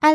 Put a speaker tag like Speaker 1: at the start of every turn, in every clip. Speaker 1: 艾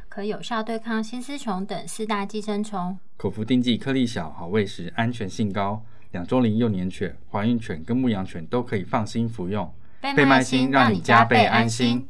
Speaker 1: 可有效对抗新丝虫等四大寄生虫。
Speaker 2: 口服定剂颗粒小，好喂食，安全性高。两周龄幼年犬、怀孕犬跟牧羊犬都可以放心服用。
Speaker 1: 贝
Speaker 2: 贝麦新让你加倍安心。。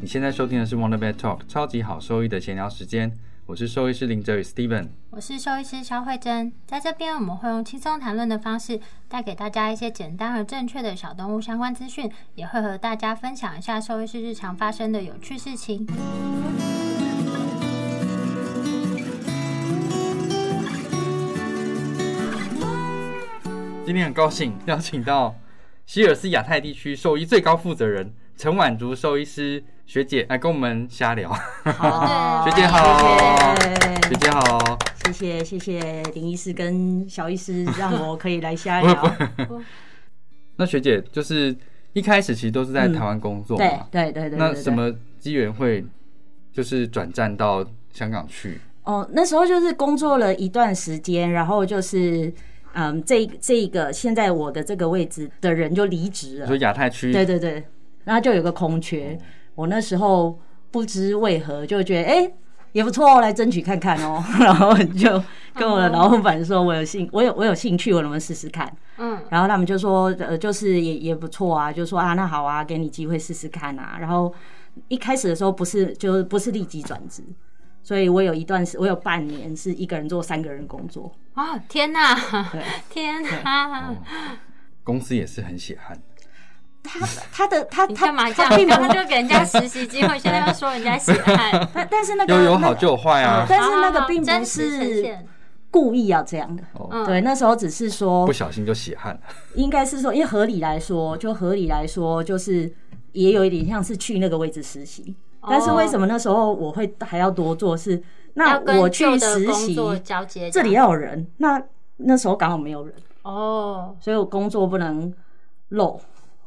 Speaker 2: 你现在收听的是 Wonder Vet Talk 超级好兽医的闲聊时间，我是兽医师林哲宇 Steven。
Speaker 1: 我是兽医师肖慧珍，在这边我们会用轻松谈论的方式，带给大家一些简单而正确的小动物相关资讯，也会和大家分享一下兽医师日常发生的有趣事情。
Speaker 2: 今天很高兴邀请到希尔斯亚太地区兽医最高负责人陈婉竹兽医师学姐来跟我们瞎聊。
Speaker 3: 好
Speaker 2: 学姐好学姐好，
Speaker 3: 谢谢谢谢林医师跟小 医师，让我可以来瞎聊。
Speaker 2: 那学姐就是一开始其实都是在
Speaker 3: 嗯
Speaker 2: 台湾工作
Speaker 3: 对
Speaker 2: 嘛，
Speaker 3: 对对对，
Speaker 2: 那
Speaker 3: 对
Speaker 2: 什？么机缘会就是转战到香港去？
Speaker 3: 哦，那时候就是工作了一段时间，然后就是嗯，这这个现在我的这个位置的人就离职
Speaker 2: 你说
Speaker 3: 了，
Speaker 2: 亚太区，
Speaker 3: 对对对，然后就有个空缺，我那时候不知为何就觉得哎。也不错哦，来争取看看哦。 然后就跟我的
Speaker 2: 哦
Speaker 3: 老板说，我有兴，我有我有兴趣，我能不能试试看？
Speaker 1: 嗯，
Speaker 3: 然后他们就说，呃，就是也也不错啊，就说啊，那好啊，给你机会试试看啊。然后一开始的时候不是，就是不是立即转职，所以我有一段时，我有半年是一个人做三个人工作。
Speaker 1: 哦，天哪，
Speaker 3: 对，嗯
Speaker 1: 天哪！
Speaker 2: 公司也是很血汗。
Speaker 3: 他他的他
Speaker 1: 你
Speaker 3: 他
Speaker 1: 干嘛这样？
Speaker 3: 他并
Speaker 1: 刚刚
Speaker 3: 不，
Speaker 1: 就给人家实习机会，现在又说人家血汗，
Speaker 3: 但但是那个
Speaker 2: 有有好
Speaker 3: 那个
Speaker 2: 就有坏啊，
Speaker 3: 但是那个并
Speaker 1: 真
Speaker 3: 不
Speaker 1: 实呈
Speaker 3: 是
Speaker 1: 现嗯
Speaker 3: 故意要这样的。
Speaker 2: 哦
Speaker 3: 对，那时候只是说
Speaker 2: 不，小心就血汗了。
Speaker 3: 应该是说，因为合理来说，就合理来说，就是也有一点像是去那个位置实习。但是为什么那时候我会还要多做是？
Speaker 1: 哦
Speaker 3: 那
Speaker 1: 要跟
Speaker 3: 我去
Speaker 1: 旧的
Speaker 3: 实
Speaker 1: 工
Speaker 3: 习，
Speaker 1: 作交接
Speaker 3: 这里
Speaker 1: 样
Speaker 3: 要有人，那那时候刚好没有人，
Speaker 1: 哦，
Speaker 3: 所以我工作不能漏，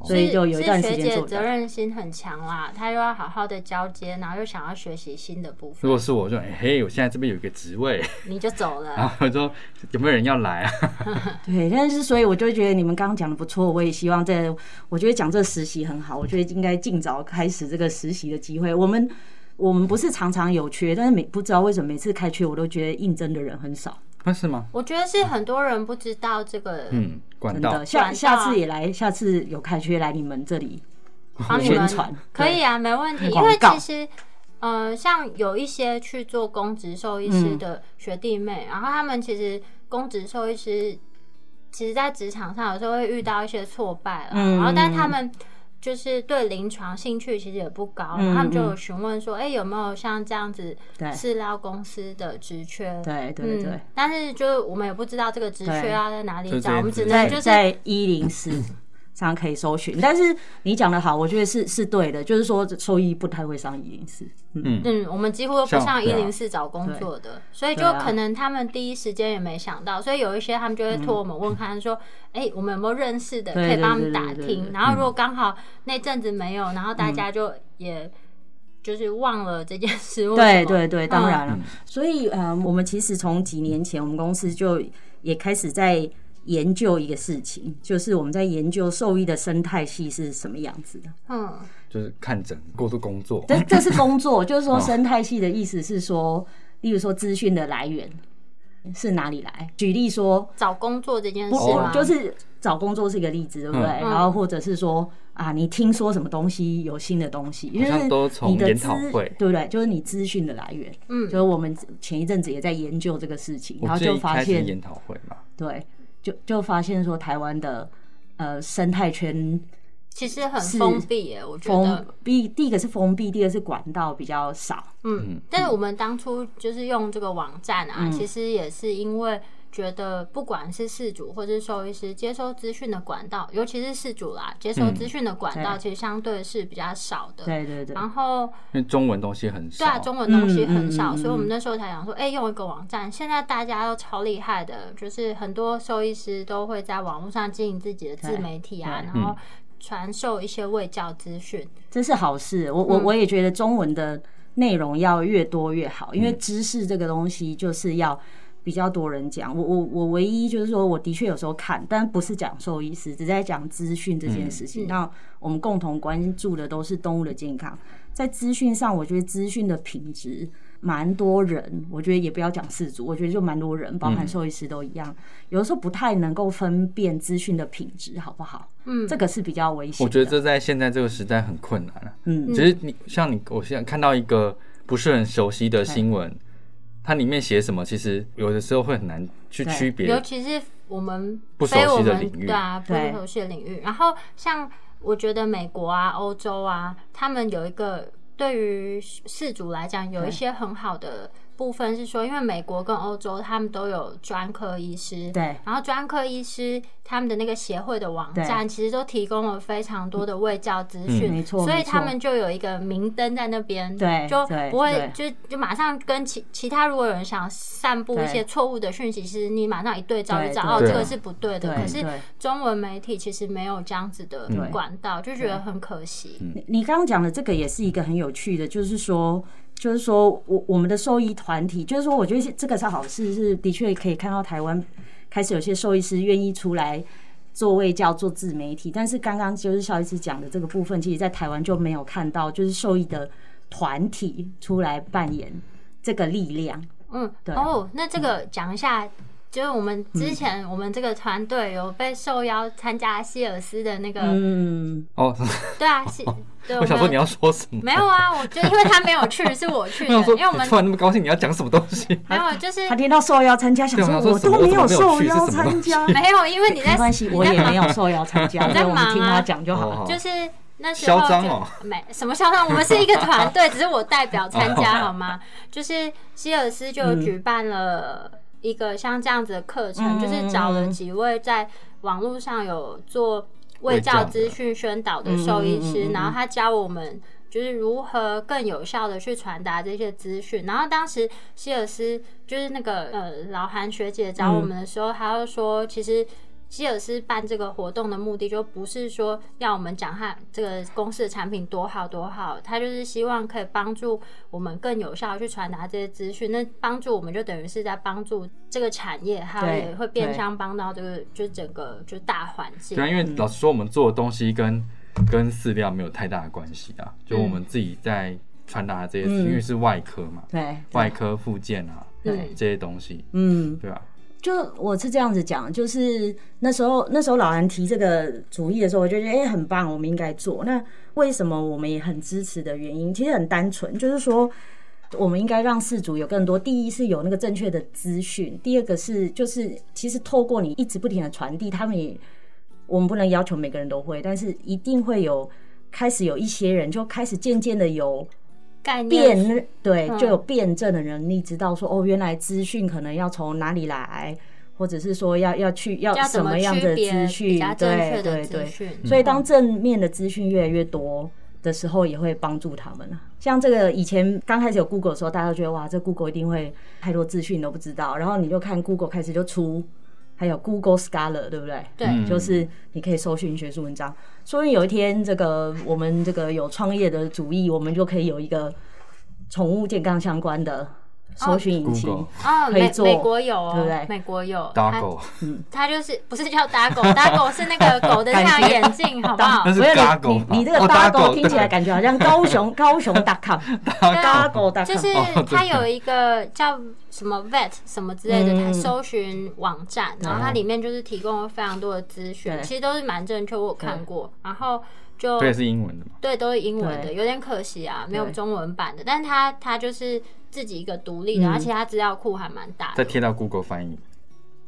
Speaker 3: 所以
Speaker 1: 是
Speaker 3: 就有一段
Speaker 1: 哦是
Speaker 3: 时
Speaker 1: 学
Speaker 3: 间
Speaker 1: 姐
Speaker 3: 做不
Speaker 1: 责
Speaker 3: 到。
Speaker 1: 任心很强啦，她又要好好的交接，然后又想要学习新的部
Speaker 2: 如
Speaker 1: 分，
Speaker 2: 果是我就哎嘿，我现在这边有一个职位，
Speaker 1: 你就走了。
Speaker 2: 然后我说有没有人要来啊？
Speaker 3: 对，但是所以我就觉得你们刚刚讲的不错，我也希望在，我觉得讲这实习很好，我觉得应该尽早开始这个实习的机会。我们我们不是常常有缺，但是每不知道为什么每次开缺，我都觉得应征的人很少。
Speaker 2: 那是吗？
Speaker 1: 我觉得是很多人不知道这个，
Speaker 2: 嗯，管
Speaker 3: 真
Speaker 2: 道
Speaker 3: 的，下
Speaker 1: 转
Speaker 3: 下
Speaker 1: 到
Speaker 3: 次也来，下次有开缺来你们这里
Speaker 1: 帮你
Speaker 3: 宣
Speaker 1: 们
Speaker 3: 传
Speaker 1: 可以啊，没问题。因
Speaker 3: 广
Speaker 1: 为
Speaker 3: 告
Speaker 1: 其实，呃，像有一些去做公职兽医
Speaker 3: 嗯
Speaker 1: 师的学弟妹，然后他们其实公职兽医师，其实在职场上有时候会遇到一些挫败了，
Speaker 3: 嗯
Speaker 1: 然后但他们。就是对临床兴趣其实也不高，然后他们就有询问说，哎、有没有像这样子
Speaker 3: 嗯对
Speaker 1: 饲料公司的职缺？
Speaker 3: 对对对
Speaker 1: 嗯，但是就是我们也不知道这个职缺
Speaker 3: 对
Speaker 1: 要在哪
Speaker 2: 就
Speaker 1: 里
Speaker 2: 是
Speaker 1: 找，我们只
Speaker 2: 这
Speaker 1: 能
Speaker 3: 在
Speaker 1: 就是
Speaker 3: 在一零四上可以搜寻。但是你讲的好，我觉得是是对的，就是说兽医不太会上一零四。嗯，
Speaker 2: 嗯，
Speaker 1: 嗯，我们几乎都不
Speaker 2: 像
Speaker 1: 上一
Speaker 2: 对啊
Speaker 1: 零四找工作的，所以就
Speaker 3: 对啊
Speaker 1: 可能他们第一时间也没想到，所以有一些他们就会托我们问看说，哎、我们有没有认识的可
Speaker 3: 对
Speaker 1: 以
Speaker 3: 对
Speaker 1: 帮我们
Speaker 3: 对
Speaker 1: 打
Speaker 3: 对对
Speaker 1: 听？
Speaker 3: 对
Speaker 1: 然后如果刚好那阵子没有，然后大家就也就是忘了这件事。或什
Speaker 3: 对
Speaker 1: 么
Speaker 3: 对对，当然了。
Speaker 2: 嗯
Speaker 3: 所以呃，我们其实从几年前，我们公司就也开始在研究一个事情，就是我们在研究兽医的生态系是什么样子的。
Speaker 1: 嗯，
Speaker 2: 就是看诊过度工作，
Speaker 1: 哦
Speaker 3: 但这是工作，就是说生态系的意思是说，例如说资讯的来源是哪里来？举例说，
Speaker 1: 找工作这件事啊
Speaker 3: 不
Speaker 1: 吗？
Speaker 3: 就是找工作是一个例子，对不对？
Speaker 2: 哦嗯
Speaker 3: 然后或者是说啊，你听说什么东西有新的东西，就
Speaker 2: 好像
Speaker 3: 是
Speaker 2: 都从
Speaker 3: 你的
Speaker 2: 研
Speaker 3: 资
Speaker 2: 讨会
Speaker 3: 对不对？就是你资讯的来源，
Speaker 1: 嗯
Speaker 3: 就是我们前一阵子也在研究这个事情，然
Speaker 2: 我
Speaker 3: 后
Speaker 2: 记得
Speaker 3: 就
Speaker 2: 一
Speaker 3: 发
Speaker 2: 开始
Speaker 3: 现，
Speaker 2: 研讨会嘛，
Speaker 3: 对，就就发现说台湾的呃生态圈
Speaker 1: 其实很
Speaker 3: 是
Speaker 1: 封闭耶，我觉
Speaker 3: 封
Speaker 1: 得。
Speaker 3: 闭，第一个是封闭，第二个是管道比较少，嗯
Speaker 1: 嗯，但是我们当初就是用这个网站啊，其实也是因为觉得不管是饲主或是兽医师接收资讯的管道，尤其是饲主啦，接收
Speaker 2: 嗯
Speaker 1: 资讯的管道
Speaker 3: 对
Speaker 1: 其实相对是比较少的。
Speaker 3: 对对对，
Speaker 1: 然后
Speaker 2: 因为中文东西很少。
Speaker 1: 对啊，中文东西很
Speaker 3: 嗯
Speaker 1: 少，
Speaker 3: 嗯嗯
Speaker 1: 所以我们那时候才想说，哎、用一个网站。现在大家都超厉害的，就是很多兽医师都会在网络上经营自己的自媒体啊，
Speaker 3: 对
Speaker 1: 然后传授一些卫教资讯。
Speaker 3: 这是好事。我我
Speaker 1: 嗯
Speaker 3: 我也觉得中文的内容要越多越好，
Speaker 1: 嗯
Speaker 3: 因为知识这个东西就是要。比较多人讲，我我我唯一就是说，我的确有时候看，但不是讲兽医师，只在讲资讯这件事情。
Speaker 1: 嗯
Speaker 3: 那我们共同关注的都是动物的健康，在资讯上，我觉得资讯的品质蛮多人，我觉得也不要讲四组，我觉得就蛮多人，包
Speaker 1: 嗯
Speaker 3: 含兽医师都一样，有的时候不太能够分辨资讯的品质好不好，
Speaker 1: 嗯，
Speaker 3: 这个是比较危险的。
Speaker 2: 我觉得这在现在这个时代很困难啊。
Speaker 3: 嗯
Speaker 2: 其实你像你，我现在看到一个不是很熟悉的新闻，它里面写什么，其实有的时候会很难去
Speaker 3: 对
Speaker 2: 区
Speaker 1: 尤
Speaker 2: 别。
Speaker 1: 其是我们
Speaker 2: 不熟
Speaker 1: 非我
Speaker 2: 悉的
Speaker 1: 们
Speaker 2: 领域
Speaker 1: 对啊，不
Speaker 3: 对
Speaker 1: 熟悉的领域。然后像我觉得美国啊、欧洲啊，他们有一个对于氏族来讲有一
Speaker 3: 对
Speaker 1: 些很好的部分是说，因为美国跟欧洲他们都有专科医师，
Speaker 3: 对
Speaker 1: 然后专科医师他们的那个协会的网站，其实都提供了非常多的卫教资讯，
Speaker 3: 嗯没错
Speaker 1: 所以
Speaker 3: 没错
Speaker 1: 他们就有一个明灯在那边，
Speaker 3: 对
Speaker 1: 就
Speaker 3: 对
Speaker 1: 不会
Speaker 3: 对
Speaker 1: 就就马上跟其其他如果有人想散布一些
Speaker 3: 对
Speaker 1: 错误的讯息，其实你马上一对照就
Speaker 3: 对
Speaker 1: 知道哦，
Speaker 2: 对
Speaker 1: 这个是不对的。
Speaker 3: 对
Speaker 1: 可是
Speaker 3: 对嗯
Speaker 1: 中文媒体其实没有这样子的
Speaker 3: 对嗯
Speaker 1: 管道，就觉得很可惜。
Speaker 3: 你你刚刚讲的这个也是一个很有趣的，就是说，就是说我我们的兽医团体，就是说，我觉得这个是好事，是的确可以看到台湾开始有些兽医师愿意出来做卫教、做自媒体，但是刚刚就是肖医师讲的这个部分，其实在台湾就没有看到，就是兽医的团体出来扮演这个力量。
Speaker 1: 嗯，
Speaker 3: 对嗯
Speaker 1: 哦，那这个讲一下。就是我们之前，我们这个团队有被受邀参加希尔斯的那个，
Speaker 3: 嗯，
Speaker 2: 哦，
Speaker 1: 对啊，希，对，
Speaker 2: 我想说
Speaker 1: 们
Speaker 2: 你要说什么？
Speaker 1: 没有啊，我就因为他没有去，是我去
Speaker 2: 我
Speaker 1: 的，
Speaker 2: 想说，
Speaker 1: 因为我
Speaker 2: 你
Speaker 1: 们
Speaker 2: 突然那么高兴，你要讲什么东西？
Speaker 1: 没有， 就是
Speaker 3: 他
Speaker 2: 啊
Speaker 3: 听到受邀参加，想
Speaker 2: 对我
Speaker 3: 说
Speaker 2: 想
Speaker 3: 我
Speaker 2: 说
Speaker 3: 都没有
Speaker 2: 什么我怎么
Speaker 3: 受
Speaker 2: 没有去
Speaker 3: 邀
Speaker 2: 是什么
Speaker 3: 参加，
Speaker 1: 没有，因为你在
Speaker 3: 没关系，我也没有受邀 参加，
Speaker 1: 你在
Speaker 3: 所以我们
Speaker 1: 忙
Speaker 3: 听
Speaker 1: 啊
Speaker 3: 他讲就好了。
Speaker 2: 哦
Speaker 1: 就是那时候
Speaker 2: 嚣
Speaker 1: 就
Speaker 2: 张哦
Speaker 1: 没什么嚣张，我们是一个团队，只是我代表参加好吗？就是希尔斯就举办了一个像这样子的课程，
Speaker 3: 嗯
Speaker 1: 就是找了几位在网络上有做卫
Speaker 2: 卫
Speaker 1: 教
Speaker 2: 教的
Speaker 1: 资讯宣导的兽医师，
Speaker 3: 嗯嗯嗯嗯嗯
Speaker 1: 然后他教我们。就是如何更有效的去传达这些资讯。然后当时希尔斯就是那个呃老韩学姐找
Speaker 3: 嗯
Speaker 1: 我们的时候，她就说，其实希尔斯办这个活动的目的，就不是说要我们讲他这个公司的产品多好多好，他就是希望可以帮助我们更有效的去传达这些资讯。那帮助我们就等于是在帮助这个产业，还有
Speaker 3: 对
Speaker 1: 也会变相帮到这个就整个就大环境
Speaker 2: 对。啊，因为老实说，我们做的东西跟跟饲料没有太大的关系啊，就我们自己在传达的这些，
Speaker 3: 嗯
Speaker 2: 因为是外科嘛，
Speaker 3: 对，
Speaker 2: 外科附件啊，
Speaker 1: 对
Speaker 2: 这些东西，
Speaker 3: 嗯，
Speaker 2: 对啊，
Speaker 3: 就我是这样子讲，就是那时候那时候老韩提这个主意的时候，我就觉得哎、诶很棒，我们应该做。那为什么我们也很支持的原因，其实很单纯，就是说我们应该让事主有更多。第一是有那个正确的资讯，第二个是就是其实透过你一直不停的传递，他们也我们不能要求每个人都会，但是一定会有开始有一些人就开始渐渐的有
Speaker 1: 概念
Speaker 3: 辩对，
Speaker 1: 嗯
Speaker 3: 就有辩证的能力，知道说哦，原来资讯可能要从哪里来，或者是说要要去要
Speaker 1: 要
Speaker 3: 什
Speaker 1: 怎
Speaker 3: 么样
Speaker 1: 区
Speaker 3: 的
Speaker 1: 别
Speaker 3: 资
Speaker 1: 比
Speaker 3: 讯
Speaker 1: 较，正确的
Speaker 3: 对对
Speaker 1: 资
Speaker 3: 对。
Speaker 1: 讯？嗯
Speaker 3: 所以
Speaker 2: 嗯
Speaker 3: 当正面的资讯越来越多的时候，也会帮助他们啊。像这个以前刚开始有 Google 的时候，大家都觉得哇，这 Google 一定会太多资讯你都不知道，然后你就看 Google 开始就出，还有 Google Scholar，对不对？
Speaker 1: 对
Speaker 2: 嗯
Speaker 3: 就是你可以搜寻学术文章。说不定有一天，这个我们这个有创业的主意，我们就可以有一个宠物健康相关的搜寻引擎。
Speaker 2: Google
Speaker 1: 哦，
Speaker 3: 可以
Speaker 1: 美
Speaker 3: 做
Speaker 1: 美国有
Speaker 3: 对
Speaker 1: 哦，
Speaker 3: 不对
Speaker 1: 美国有
Speaker 2: 打
Speaker 1: 它
Speaker 2: 狗，
Speaker 1: 它就是不是叫打狗，打狗是那 个狗的像眼镜，好不好
Speaker 2: 那？是
Speaker 3: 没有你
Speaker 2: 嘎狗吧
Speaker 3: 你你这个
Speaker 2: 哦
Speaker 3: 搭
Speaker 2: 搭狗
Speaker 3: 狗听起来感觉好像高 雄高雄 .com 搭狗 .com，
Speaker 1: 啊就是
Speaker 2: 哦
Speaker 1: 它有一个叫什么 vet 什么之类的，
Speaker 3: 嗯哦
Speaker 1: 它搜寻网站，然后它里面就是提供了非常多的资讯，
Speaker 3: 对
Speaker 1: 其实都是蛮正确，我有看过，然后就
Speaker 2: 这也是英文的嘛，
Speaker 1: 对都是英文的，有点可惜啊，没有
Speaker 3: 对
Speaker 1: 中文版的，但它它就是自己一个独立的，
Speaker 3: 嗯
Speaker 1: 而且它资料库还蛮大
Speaker 2: 再
Speaker 1: 的，
Speaker 2: 贴到 Google 翻译，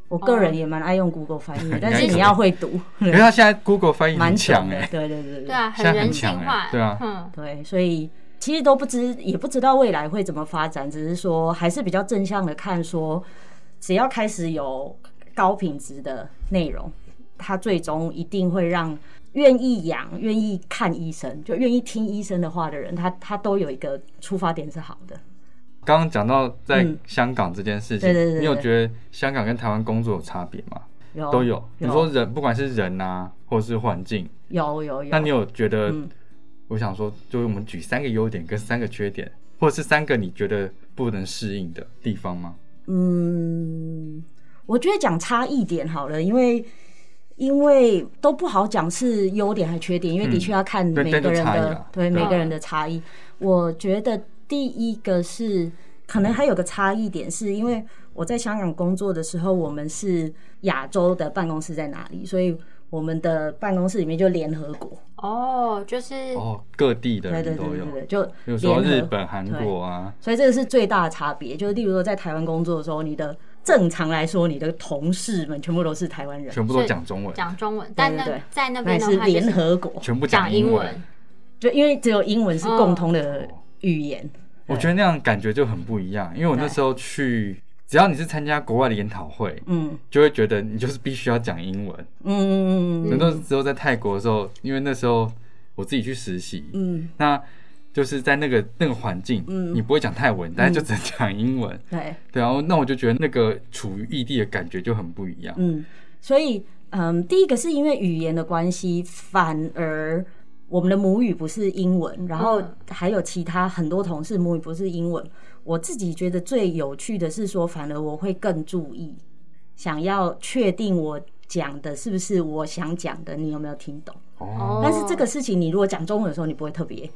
Speaker 3: 我个
Speaker 1: 哦
Speaker 3: 人也蛮爱用 Google 翻 译的，但
Speaker 2: 应
Speaker 3: 是
Speaker 2: 该
Speaker 3: 你要会读，
Speaker 2: 因为它现在 Google 翻译
Speaker 3: 蛮
Speaker 2: 很
Speaker 3: 强
Speaker 2: 强
Speaker 3: 的
Speaker 2: 哎。，
Speaker 3: 对对对
Speaker 1: 对啊，
Speaker 2: 现在很
Speaker 1: 人性
Speaker 2: 强欸
Speaker 1: 化，
Speaker 2: 对啊
Speaker 1: 嗯，
Speaker 3: 对，所以其实都不知也不知道未来会怎么发展，只是说还是比较正向的看说。只要开始有高品质的内容，它最终一定会让愿意养、愿意看医生、就愿意听医生的话的人，他他都有一个出发点是好的。
Speaker 2: 刚刚讲到在
Speaker 3: 嗯
Speaker 2: 香港这件事情，
Speaker 3: 对对对对
Speaker 2: 你有觉得香港跟台湾工作有差别吗？
Speaker 3: 有
Speaker 2: 都有。你
Speaker 3: 有
Speaker 2: 说人，不管是人啊，或者是环境，
Speaker 3: 有有有，
Speaker 2: 那你有觉得？
Speaker 3: 嗯
Speaker 2: 我想说，就是我们举三个优点跟三个缺点，或者是三个你觉得不能适应的地方吗？
Speaker 3: 嗯，我觉得讲差异点好了，因为因为都不好讲是优点还缺点，因为
Speaker 2: 嗯
Speaker 3: 的确要看
Speaker 2: 对
Speaker 3: 每个
Speaker 2: 但就
Speaker 3: 人
Speaker 2: 差异
Speaker 3: 的、
Speaker 2: 啦对
Speaker 3: 对每个人的差异。我觉得第一个是可能还有个差异点，是因为我在香港工作的时候，我们是亚洲的办公室在哪里，所以我们的办公室里面就联合国，
Speaker 1: 哦，就是
Speaker 2: 哦，各地的
Speaker 3: 对对
Speaker 2: 人
Speaker 3: 对
Speaker 2: 都
Speaker 3: 对
Speaker 2: 有，
Speaker 3: 对，就
Speaker 2: 比如说
Speaker 3: 联合
Speaker 2: 日本、韩国啊，
Speaker 3: 所以这个是最大的差别，就是例如说在台湾工作的时候，你的正常来说，你的同事们全部都是台湾人，
Speaker 2: 全部都讲中文，
Speaker 1: 讲中文，但那
Speaker 3: 对对
Speaker 1: 在那
Speaker 3: 那
Speaker 1: 边
Speaker 3: 也
Speaker 1: 的
Speaker 3: 是
Speaker 1: 话就
Speaker 3: 联
Speaker 1: 是
Speaker 3: 合国，
Speaker 2: 全部
Speaker 1: 讲
Speaker 2: 英
Speaker 1: 英文。
Speaker 3: 就因为只有英文是
Speaker 1: 哦
Speaker 3: 共通的语言。
Speaker 2: 我觉得那样感觉就很不一样，因为我那
Speaker 3: 对
Speaker 2: 时候去，只要你是参加国外的研讨会，
Speaker 3: 嗯
Speaker 2: 就会觉得你就是必须要讲英文。
Speaker 3: 嗯
Speaker 2: 那那时候在泰国的时候，因为那时候我自己去实习，
Speaker 3: 嗯，
Speaker 2: 那就是在那个那个环境，
Speaker 3: 嗯
Speaker 2: 你不会讲泰文，但是就只能讲英文。
Speaker 3: 对，
Speaker 2: 对啊，那我就觉得那个处于异地的感觉就很不一样。
Speaker 3: 嗯，所以嗯，第一个是因为语言的关系，反而。我们的母语不是英文，然后
Speaker 1: 嗯
Speaker 3: 还有其他很多同事母语不是英文。我自己觉得最有趣的是说，反而我会更注意想要确定我讲的是不是我想讲的，你有没有听懂？
Speaker 1: 哦
Speaker 3: 但是这个事情，你如果讲中文的时候，你不会特别，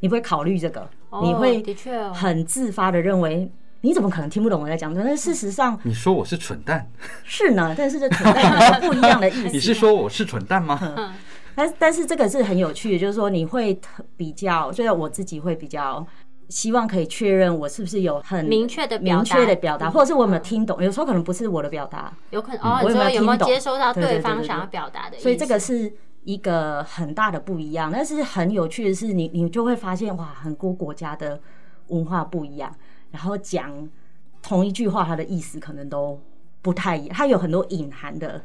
Speaker 3: 你不会考虑这个，
Speaker 1: 哦
Speaker 3: 你会
Speaker 1: 的确哦
Speaker 3: 很自发的认为。你怎么可能听不懂我在讲什么？但事实上
Speaker 2: 你说我是蠢蛋，
Speaker 3: 是啊呢，但是这 存在不一样的意
Speaker 2: 你
Speaker 3: 思。
Speaker 2: 是说我是蠢蛋
Speaker 3: 嗯
Speaker 2: 吗？
Speaker 3: 但但是这个是很有趣的，就是说你会特比较，所以我自己会比较希望可以确认我是不是有很
Speaker 1: 明确地表达
Speaker 3: 明确的表达，
Speaker 1: 嗯
Speaker 3: 或者是我有没有听懂。有时候可能不是我的表达，
Speaker 1: 有可能哦，
Speaker 3: 我
Speaker 1: 你
Speaker 3: 有没有
Speaker 1: 说有没有
Speaker 3: 听懂
Speaker 1: 接收到
Speaker 3: 对对
Speaker 1: 对
Speaker 3: 对
Speaker 1: 方
Speaker 3: 对对
Speaker 1: 想要表达的意思？
Speaker 3: 所以这个是一个很大的不一样。但是很有趣的是你，你就会发现哇，很多国家的文化不一样，然后讲同一句话，它的意思可能都不太一样，它有很多隐含的。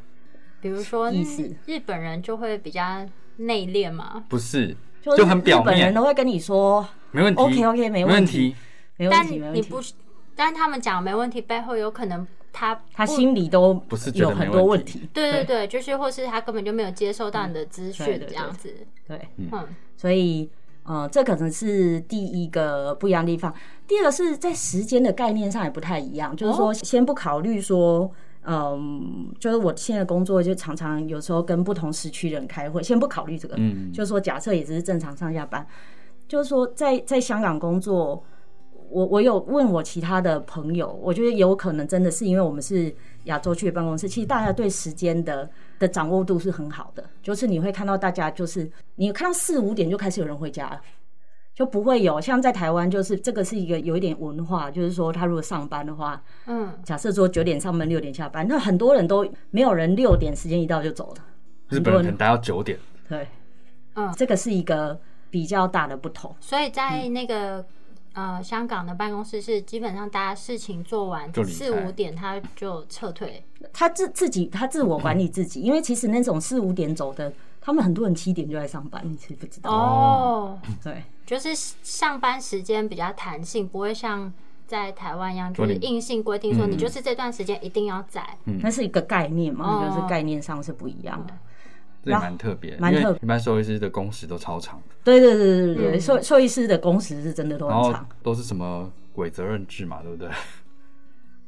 Speaker 1: 比如说
Speaker 3: 意思
Speaker 1: 日本人就会比较内敛嘛，
Speaker 2: 不是，
Speaker 3: 就
Speaker 2: 就很表
Speaker 3: 日本人
Speaker 2: 面，
Speaker 3: 都会跟你说
Speaker 2: 没问题
Speaker 3: OK，OK，没
Speaker 2: 没
Speaker 3: 问
Speaker 2: 问
Speaker 3: 题
Speaker 2: 题。
Speaker 3: 没问
Speaker 1: 但
Speaker 3: 题，没问
Speaker 1: 你
Speaker 3: 题。
Speaker 1: 不是，但他们讲没问题背后有可能他
Speaker 3: 他
Speaker 1: 不
Speaker 3: 心里都不
Speaker 2: 是觉
Speaker 3: 有
Speaker 2: 得没
Speaker 3: 很多
Speaker 2: 问
Speaker 3: 问题，
Speaker 1: 对对对，就是或是他根本就没有接收到你的资
Speaker 3: 对
Speaker 1: 讯
Speaker 3: 对
Speaker 1: 这样子，
Speaker 3: 对，
Speaker 1: 嗯，
Speaker 3: 所以呃，这可能是第一个不一样的地方。第二个是在时间的概念上也不太一样，就是说先不考虑说。嗯，就是我现在工作就常常有时候跟不同时区的人开会，先不考虑这个，
Speaker 2: 嗯
Speaker 3: 就是说假设也只是正常上下班，就是说在在香港工作，我我有问我其他的朋友，我觉得有可能真的是因为我们是亚洲区的办公室，其实大家对时间的的掌握度是很好的，就是你会看到大家就是你看到四五点就开始有人回家了。就不会有像在台湾，就是这个是一个有一点文化，就是说他如果上班的话，
Speaker 1: 嗯，
Speaker 3: 假设说九点上班六点下班，那很多人都没有人六点时间一到就走了。
Speaker 2: 日本人可能待到九点，
Speaker 3: 对，
Speaker 1: 嗯
Speaker 3: 这个是一个比较大的不同。
Speaker 1: 所以在
Speaker 2: 嗯
Speaker 1: 那个、呃香港的办公室是基本上大家事情做完
Speaker 2: 就离
Speaker 1: 四
Speaker 2: 开
Speaker 1: 五点他就撤退，
Speaker 3: 他自自己他自我管理自
Speaker 2: 嗯
Speaker 3: 己，因为其实那种四五点走的，他们很多人七点就在上班，你其实不知道。
Speaker 1: 哦，
Speaker 2: 嗯
Speaker 3: 对
Speaker 1: 就是上班时间比较弹性，不会像。在台湾一样，就
Speaker 2: 说
Speaker 1: 是
Speaker 2: 你
Speaker 1: 硬性规定说
Speaker 2: 嗯
Speaker 1: 你就是这段时间一定要在，
Speaker 3: 那是一个概念嘛，
Speaker 1: 哦
Speaker 3: 就是概念上是不一样的。
Speaker 2: 这也蛮特别，因
Speaker 3: 蛮特
Speaker 2: 为一般兽医师的工时都超长，
Speaker 3: 对对对对对对，兽兽医师的工时是真的都
Speaker 2: 然后
Speaker 3: 很长。
Speaker 2: 都是什么鬼责任制嘛，对不对？